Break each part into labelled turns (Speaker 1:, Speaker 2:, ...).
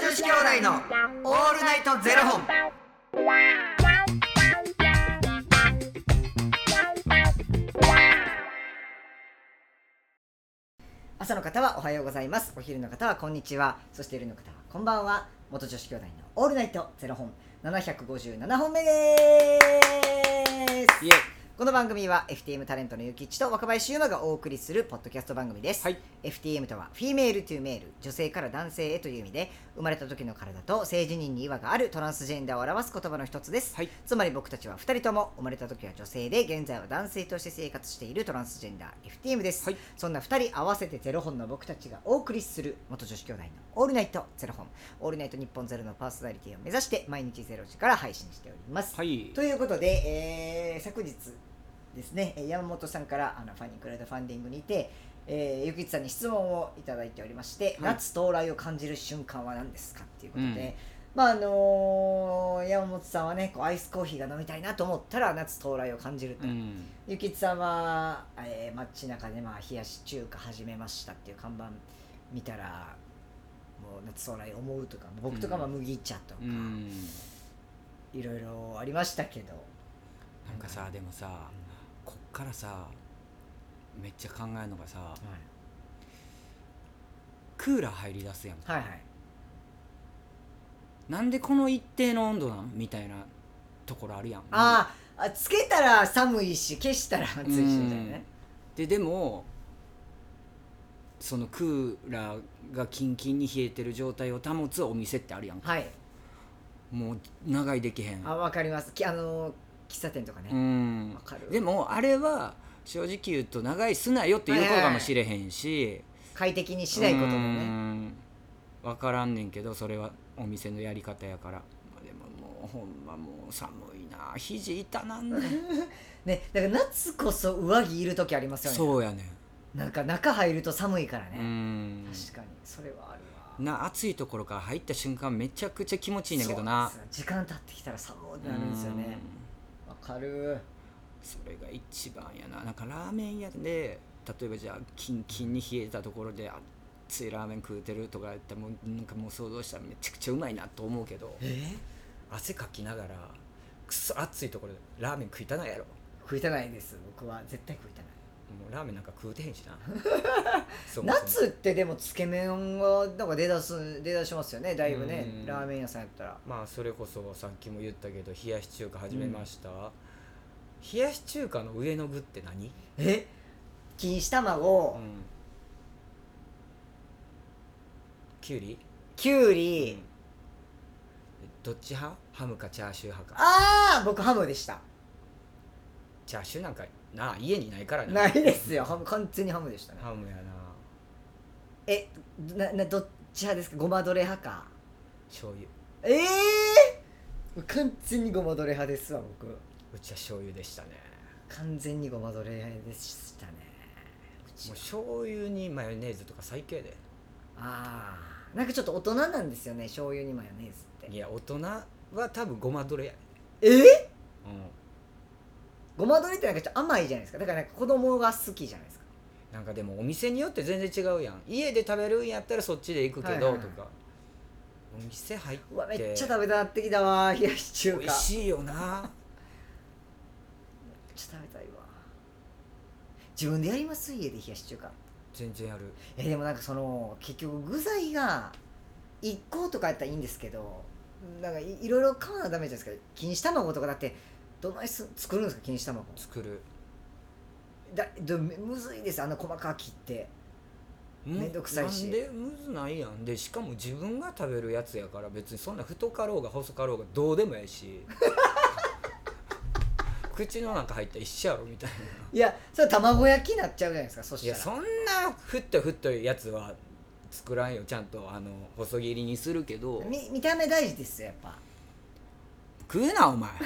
Speaker 1: 子兄弟のオールナイトゼロ本。
Speaker 2: 朝の方はおはようございますお昼の方はこんにちはそして夜の方はこんばんは元女子兄弟のオールナイトゼロ本757本目です
Speaker 1: イエイ
Speaker 2: この番組は FTM タレントのゆきちと若林優馬がお送りするポッドキャスト番組です、
Speaker 1: はい
Speaker 2: FTM とはフィメールトゥメール女性から男性へという意味で生まれた時の体と性自認に違和があるトランスジェンダーを表す言葉の一つです、
Speaker 1: はい
Speaker 2: つまり僕たちは2人とも生まれた時は女性で現在は男性として生活しているトランスジェンダー FTM です、
Speaker 1: はい
Speaker 2: そんな2人合わせてゼロ本の僕たちがお送りする元女子兄弟の「オールナイトゼロ本」「オールナイト日本ゼロのパーソナリティを目指して毎日ゼロ時から配信しております、
Speaker 1: はい
Speaker 2: と。いうことで、えー昨日ですねえー山本さんからあのファンディングクラウドファンディングにて、えー、ゆきちさんに質問をいただいておりまして、
Speaker 1: はい
Speaker 2: 夏到来を感じる瞬間は何ですかっていうことで、
Speaker 1: うん
Speaker 2: まああのー山本さんはねこうアイスコーヒーが飲みたいなと思ったら夏到来を感じると、
Speaker 1: うん。
Speaker 2: ゆきちさんは、えー、街中でまあ冷やし中華始めましたっていう看板見たらもう夏到来思うとか僕とかまあ
Speaker 1: うん
Speaker 2: 麦茶とか、
Speaker 1: うん。
Speaker 2: いろいろありましたけど。
Speaker 1: なんかさ、でもさ、こっからさ、めっちゃ考えるのがさ、クーラー入り出すやん。
Speaker 2: はいはい
Speaker 1: なんでこの一定の温度なんみたいなところあるやん。
Speaker 2: あーあつけたら寒いし消したら暑いしみたいなね
Speaker 1: ででもそのクーラーがキンキンに冷えてる状態を保つお店ってあるやんか
Speaker 2: はい
Speaker 1: もう長いできへん
Speaker 2: あわかりますきあのー喫茶店とか
Speaker 1: う
Speaker 2: ね
Speaker 1: ん
Speaker 2: わかる
Speaker 1: でもあれは正直言うと長いすなよっていうことかもしれへんし
Speaker 2: 快適にしないこともね
Speaker 1: ね分からんねんけどそれはお店のやり方やからでももうほんまもう寒いな肘痛なんねん
Speaker 2: ねだから夏こそ上着いる時ありますよね
Speaker 1: そうやね
Speaker 2: なんか中入ると寒いから
Speaker 1: ん
Speaker 2: ね、
Speaker 1: うん
Speaker 2: 確かにそれはあるわ
Speaker 1: な暑いところから入った瞬間めちゃくちゃ気持ちいいねんだけどな
Speaker 2: そうなんですよ時間経ってきたら寒ーってなるんですよねわかる
Speaker 1: それが一番やななんかラーメン屋で例えばじゃあキンキンに冷えたところで熱いラーメン食うてるとかやったらもうなんかもう想像したらめちゃくちゃうまいなと思うけど
Speaker 2: え
Speaker 1: 汗かきながらくそ暑いところでラーメン食いたないやろも
Speaker 2: 食いたないです僕は絶対食いたないう
Speaker 1: ラーメンなんか食うてへんしな そもそも
Speaker 2: 夏ってでもつけ麺がなんか出だす出だしますよねだいぶね
Speaker 1: うん
Speaker 2: ラーメン屋さんやったら
Speaker 1: まあそれこそさっきも言ったけど冷やし中華始めました、冷やし中華の上の具って何、
Speaker 2: え錦糸卵、
Speaker 1: きゅうり
Speaker 2: きゅうり、
Speaker 1: どっち派ハムかチャーシュー派か
Speaker 2: ああ僕ハムでした
Speaker 1: チャーシューなんかなあ家にないからな
Speaker 2: ないですよハム完全にハムでしたね
Speaker 1: ハムやな
Speaker 2: えななどっち派ですかごまどれ派か
Speaker 1: 醤油
Speaker 2: ええー、完全にごまどれ派ですわ僕
Speaker 1: うちは醤油でしたね
Speaker 2: 完全にごまどれ派でしたねうち
Speaker 1: も
Speaker 2: は
Speaker 1: う醤油にマヨネーズとか最低で
Speaker 2: ああなんかちょっと大人なんですよね醤油にマヨネーズって
Speaker 1: いや大人は多分ごまどれや
Speaker 2: え
Speaker 1: うん
Speaker 2: ごまどれってなんかちょっと甘いじゃないですかだからなんか子供が好きじゃないですか
Speaker 1: なんかでもお店によって全然違うやん家で食べるんやったらそっちで行くけど、
Speaker 2: はいはいはい
Speaker 1: とかお店入って
Speaker 2: うわめっちゃ食べたなってきたわ冷やし中華
Speaker 1: 美味しいよ
Speaker 2: め
Speaker 1: な
Speaker 2: っちゃ食べたいわ自分でやります家で冷やし中華
Speaker 1: 全然やる
Speaker 2: えでもなんかその結局具材が1個とかやったらいいんですけどなんかいいろいろ買わなダメじゃないですか錦糸卵とかだってどないす作るんですか錦糸卵
Speaker 1: 作る
Speaker 2: だどむむずいですあの細かく切って
Speaker 1: もう
Speaker 2: めんどくさいし
Speaker 1: なんでむずないやんでしかも自分が食べるやつやから別にそんな太かろうが細かろうがどうでもええし 口の中入ったら一緒やろみたいない
Speaker 2: やそれ卵焼きになっちゃうじゃないですかそ
Speaker 1: い
Speaker 2: し
Speaker 1: や
Speaker 2: たら
Speaker 1: そんなふっとふっといやつは作らんよちゃんとあの細切りにするけど
Speaker 2: み見た目大事ですよやっぱ
Speaker 1: 食うなお前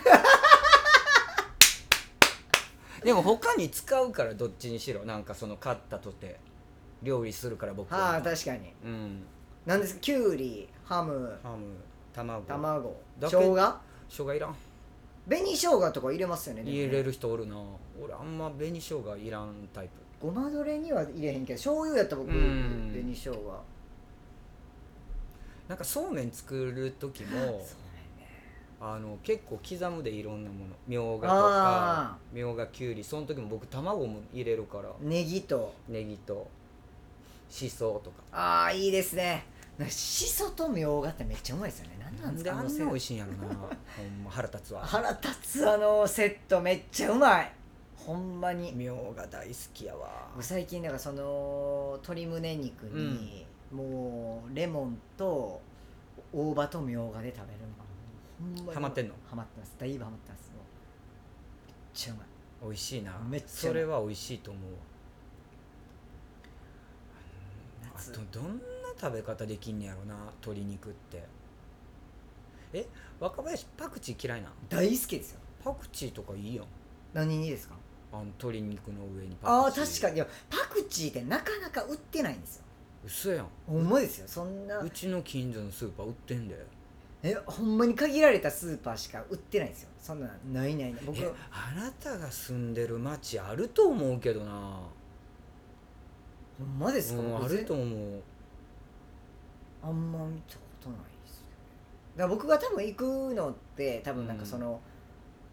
Speaker 1: でも他に使うからどっちにしろなんかその買ったとて料理するから僕
Speaker 2: はあ確かに
Speaker 1: うん
Speaker 2: 何ですかきゅうりハム
Speaker 1: ハム卵
Speaker 2: 卵
Speaker 1: だ
Speaker 2: 生
Speaker 1: け
Speaker 2: 姜
Speaker 1: 生姜いらん
Speaker 2: 紅生姜とか入れますよねでもね
Speaker 1: 入れる人おるな俺あんま紅生姜いらんタイプ
Speaker 2: ごまどれには入れへんけど醤油やったら僕
Speaker 1: うん
Speaker 2: 紅生姜
Speaker 1: なんかそうめん作る時 も
Speaker 2: そうだよね
Speaker 1: あの結構刻むでいろんなものみょうがと
Speaker 2: あ
Speaker 1: かみょうがきゅうりその時も僕卵も入れるから
Speaker 2: ネギと
Speaker 1: ネギとしそとか
Speaker 2: ああいいですねなんかしそとみょうがってめっちゃうまいですよねなんな
Speaker 1: な
Speaker 2: で
Speaker 1: んん
Speaker 2: す
Speaker 1: で
Speaker 2: か
Speaker 1: あ
Speaker 2: の
Speaker 1: んな
Speaker 2: セ
Speaker 1: 美
Speaker 2: ット
Speaker 1: 味しいんやろなほんま腹立 つわ
Speaker 2: 腹立つあのセットめっちゃうまいほんまに
Speaker 1: みょうが大好きやわ
Speaker 2: 僕最近だからその鶏胸肉に、もうレモンと大葉とみょうがで食べるのほんまに
Speaker 1: ハマってんの
Speaker 2: ハマってますだいぶハマってますもうめっちゃうまい
Speaker 1: 美味しいな
Speaker 2: めっちゃ
Speaker 1: それは美味しいと思うわあ
Speaker 2: 夏
Speaker 1: とどんな食べ方できんねやろな鶏肉ってえ若林パクチー嫌いなん
Speaker 2: 大好きですよ
Speaker 1: パクチーとかいいやん
Speaker 2: 何にですか
Speaker 1: あの鶏肉の上に
Speaker 2: あ
Speaker 1: パ
Speaker 2: あ
Speaker 1: クチー
Speaker 2: 確かにいやパクチーってなかなか売ってないんですよ
Speaker 1: 嘘やん
Speaker 2: 重いですよそんな
Speaker 1: うちの近所のスーパー売ってんだよ
Speaker 2: えほんまに限られたスーパーしか売ってないんですよそんなないないない僕
Speaker 1: えあなたが住んでる町あると思うけどな
Speaker 2: ほんまですか、
Speaker 1: うんあ
Speaker 2: 僕
Speaker 1: ると思う
Speaker 2: あんま見たことないですねだから僕が多分行くのって多分なんかその、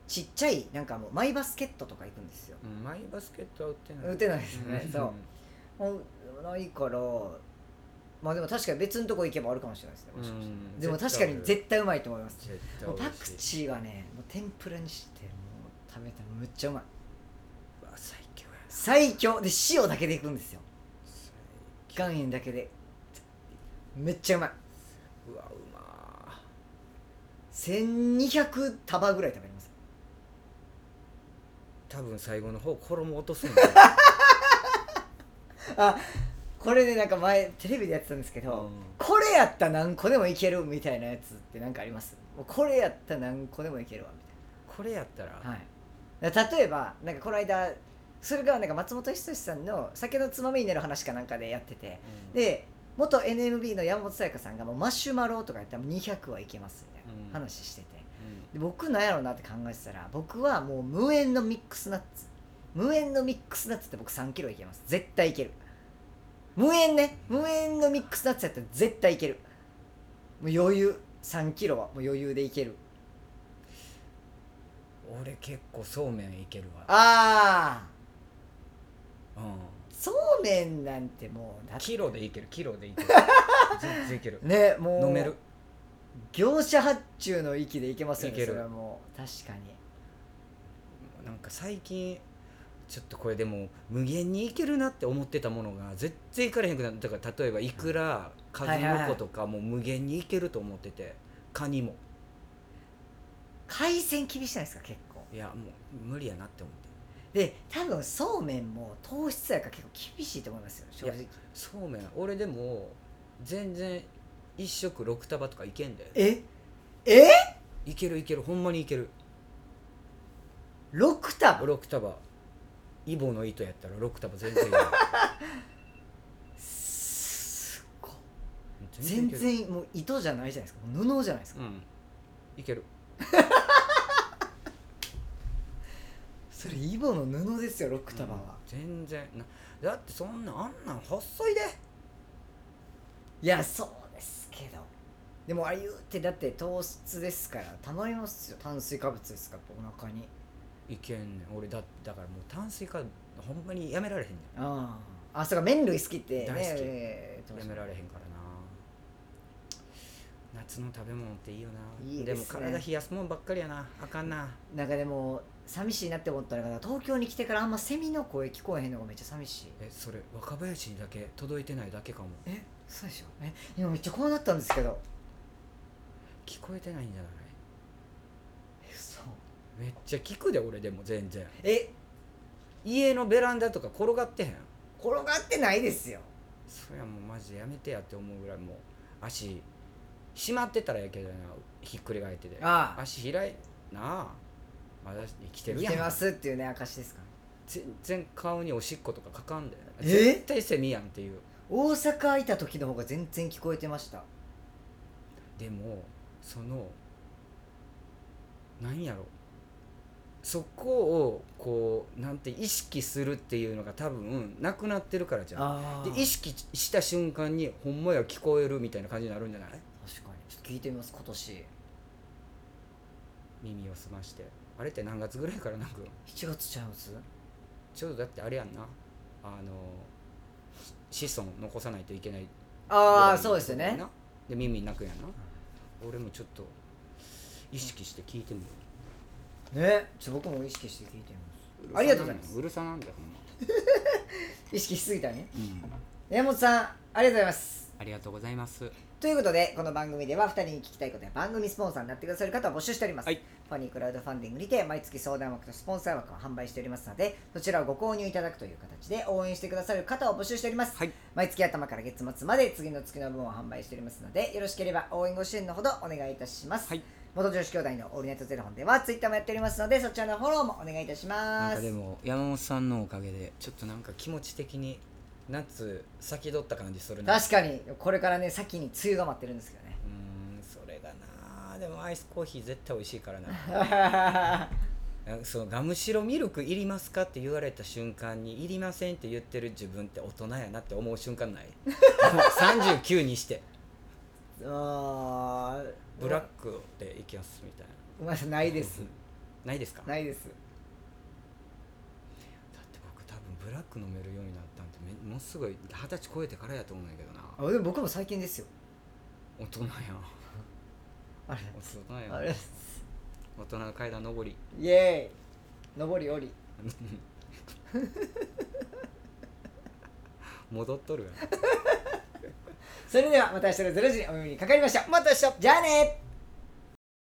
Speaker 2: ちっちゃいなんかもうマイバスケットとか行くんですよ
Speaker 1: うんマイバスケットは売ってない
Speaker 2: 売ってないですね
Speaker 1: ん
Speaker 2: そうほんないからまあでも確かに別のとこ行けばあるかもしれないですねもしかしたら
Speaker 1: うん
Speaker 2: でも確かに絶対うまいと思います
Speaker 1: 絶
Speaker 2: もう
Speaker 1: 対美
Speaker 2: パ
Speaker 1: 味
Speaker 2: ク
Speaker 1: しい
Speaker 2: チーはねもう天ぷらにしてもう食べたらめっちゃうまいう
Speaker 1: わ最強や
Speaker 2: 最強で塩だけでいくんですよ
Speaker 1: 最
Speaker 2: 岩
Speaker 1: 強
Speaker 2: 塩だけでめっちゃうまいう
Speaker 1: わうまー
Speaker 2: 1200束ぐらい食べれます
Speaker 1: 多分最後の方衣落とす んだよ
Speaker 2: あこれでなんか前テレビでやってたんですけど、
Speaker 1: う
Speaker 2: これやったら何個でもいけるみたいなやつってなんかありますもうこれやったら何個でもいけるわみ
Speaker 1: んこれやったら、
Speaker 2: たいな、はい、だから例えばなんかこの間それがなんか松本人志さんの酒のつまみになる話かなんかでやってて
Speaker 1: うん、
Speaker 2: で元 NMB の山本さやかさんがもうマシュマロとかやったらもう200はいけますみたい
Speaker 1: うん
Speaker 2: な話してて、で僕なんやろうなって考えてたら僕はもう無塩のミックスナッツ無塩のミックスナッツって僕3キロいけます絶対いける無塩ね無塩のミックスナッツやったら絶対いけるもう余裕3キロはもう余裕でいける
Speaker 1: うん俺結構そうめんいけるわ
Speaker 2: ああ
Speaker 1: うん
Speaker 2: そうめんなんてもうだっ
Speaker 1: キロでいけるキロ でいける全然いける
Speaker 2: ねもう
Speaker 1: 飲める
Speaker 2: 業者発注の域でいけますよ
Speaker 1: い
Speaker 2: ね
Speaker 1: ける
Speaker 2: それはもう確かに
Speaker 1: なんか最近ちょっとこれでも無限にいけるなって思ってたものが絶対いかれへんくなっただから例えばいくら数の子とかもう無限にいけると思っててカニも
Speaker 2: 海鮮厳しいじゃないですか結構
Speaker 1: いやもう無理やなって思って
Speaker 2: で多分そうめんも糖質やから結構厳しいと思いますよ正
Speaker 1: い
Speaker 2: 直
Speaker 1: そうめん俺でも全然1食6束とかいけんで
Speaker 2: ええ
Speaker 1: いけるいけるほんまにいける
Speaker 2: 六束
Speaker 1: 6束イボの糸やったら6束全然いける
Speaker 2: すっごい
Speaker 1: い
Speaker 2: 全
Speaker 1: ける
Speaker 2: 然もう糸じゃないじゃないですか布じゃないですか
Speaker 1: うんいける
Speaker 2: それイボの布ですよ6束は、
Speaker 1: 全然なだってそんなあんなん細いで
Speaker 2: いやそうですけどでもああいうってだって糖質ですからたまりますよ炭水化物ですからやっぱお腹に
Speaker 1: いけんねん俺だだからもう炭水化ほんまにやめられへんね
Speaker 2: あああそうか麺類好きってね
Speaker 1: 大好き
Speaker 2: えー
Speaker 1: んやめられへんからな夏の食べ物っていいよない
Speaker 2: いですね
Speaker 1: も体冷やすもんばっかりやなあかんな
Speaker 2: なんかでも寂しいなって思ったのが東京に来てからあんまセミの声聞こえへんのがめっちゃ寂しい
Speaker 1: えそれ若林にだけ届いてないだけかも
Speaker 2: えそうでしょえ今めっちゃ怖なったんですけど
Speaker 1: 聞こえてないんじゃない
Speaker 2: えそう
Speaker 1: めっちゃ聞くで俺でも全然
Speaker 2: え
Speaker 1: 家のベランダとか転がってへん
Speaker 2: 転がってないですよ
Speaker 1: そりゃもうマジでやめてやって思うぐらいもう足閉まってたらやけどなひっくり返ってて
Speaker 2: ああ
Speaker 1: 足開いなあまだ生きてる
Speaker 2: 見
Speaker 1: やん
Speaker 2: てますっていうね証ですか
Speaker 1: 全然顔におしっことかかかんで
Speaker 2: え
Speaker 1: 絶対セミやんっていう
Speaker 2: 大阪いた時の方が全然聞こえてました
Speaker 1: でもそのなんやろそこをこうなんて意識するっていうのが多分なくなってるからじゃん
Speaker 2: あ
Speaker 1: で意識した瞬間にほんまや聞こえるみたいな感じになるんじゃない
Speaker 2: 確かにちょっと聞いてみます今年
Speaker 1: 耳を澄ましてあれって何月ぐらいからなんか
Speaker 2: 7月ちゃいます
Speaker 1: ちょうどだってあれやんなあのし子孫残さないといけない
Speaker 2: ああそうですよね
Speaker 1: なで耳なくやんな、俺もちょっと意識して聞いてみよ
Speaker 2: ねちょ僕も意識して聞いてみま
Speaker 1: う
Speaker 2: ありがとうございます
Speaker 1: うるさなんだよほんま、
Speaker 2: す意識しすぎたね
Speaker 1: うん、
Speaker 2: 山本さんありがとうございます
Speaker 1: ありがとうございます
Speaker 2: ということでこの番組では2人に聞きたいことや番組スポンサーになってくださる方を募集しております、
Speaker 1: はい
Speaker 2: ファニークラウドファンディングにて毎月相談枠とスポンサー枠を販売しておりますのでそちらをご購入いただくという形で応援してくださる方を募集しております、
Speaker 1: はい
Speaker 2: 毎月頭から月末まで次の月の分を販売しておりますのでよろしければ応援ご支援のほどお願いいたします、
Speaker 1: はい
Speaker 2: 元女子兄弟のオールナイトゼロ本ではツイッターもやっておりますのでそちらのフォローもお願いいたし
Speaker 1: な
Speaker 2: ま
Speaker 1: んか
Speaker 2: す
Speaker 1: でも山本さんのおかげでちょっとなんか気持ち的に夏先取った感じするな
Speaker 2: 確かにこれからね先に梅雨が待ってるんですけどね
Speaker 1: うーんそれがなでもアイスコーヒー絶対美味しい からななんかそのガムシロミルクいりますかって言われた瞬間にいりませんって言ってる自分って大人やなって思う瞬間 ないもう39にして
Speaker 2: あー
Speaker 1: ブラックでいきますみたいな
Speaker 2: うまいないです
Speaker 1: ないですかだっ
Speaker 2: ないです
Speaker 1: て僕多分ブラック飲めるようになったんてめものすごい二十歳超えてからやと思うんだけどな
Speaker 2: あでも僕も最近ですよ
Speaker 1: 大人や
Speaker 2: あれ
Speaker 1: 大
Speaker 2: あ
Speaker 1: 人
Speaker 2: れ
Speaker 1: や
Speaker 2: です
Speaker 1: 大人の階段上り
Speaker 2: イエーイ上り下り
Speaker 1: 戻っとるやん
Speaker 2: それではまた明日の0時にお耳にかかりましょうまた明日じゃあね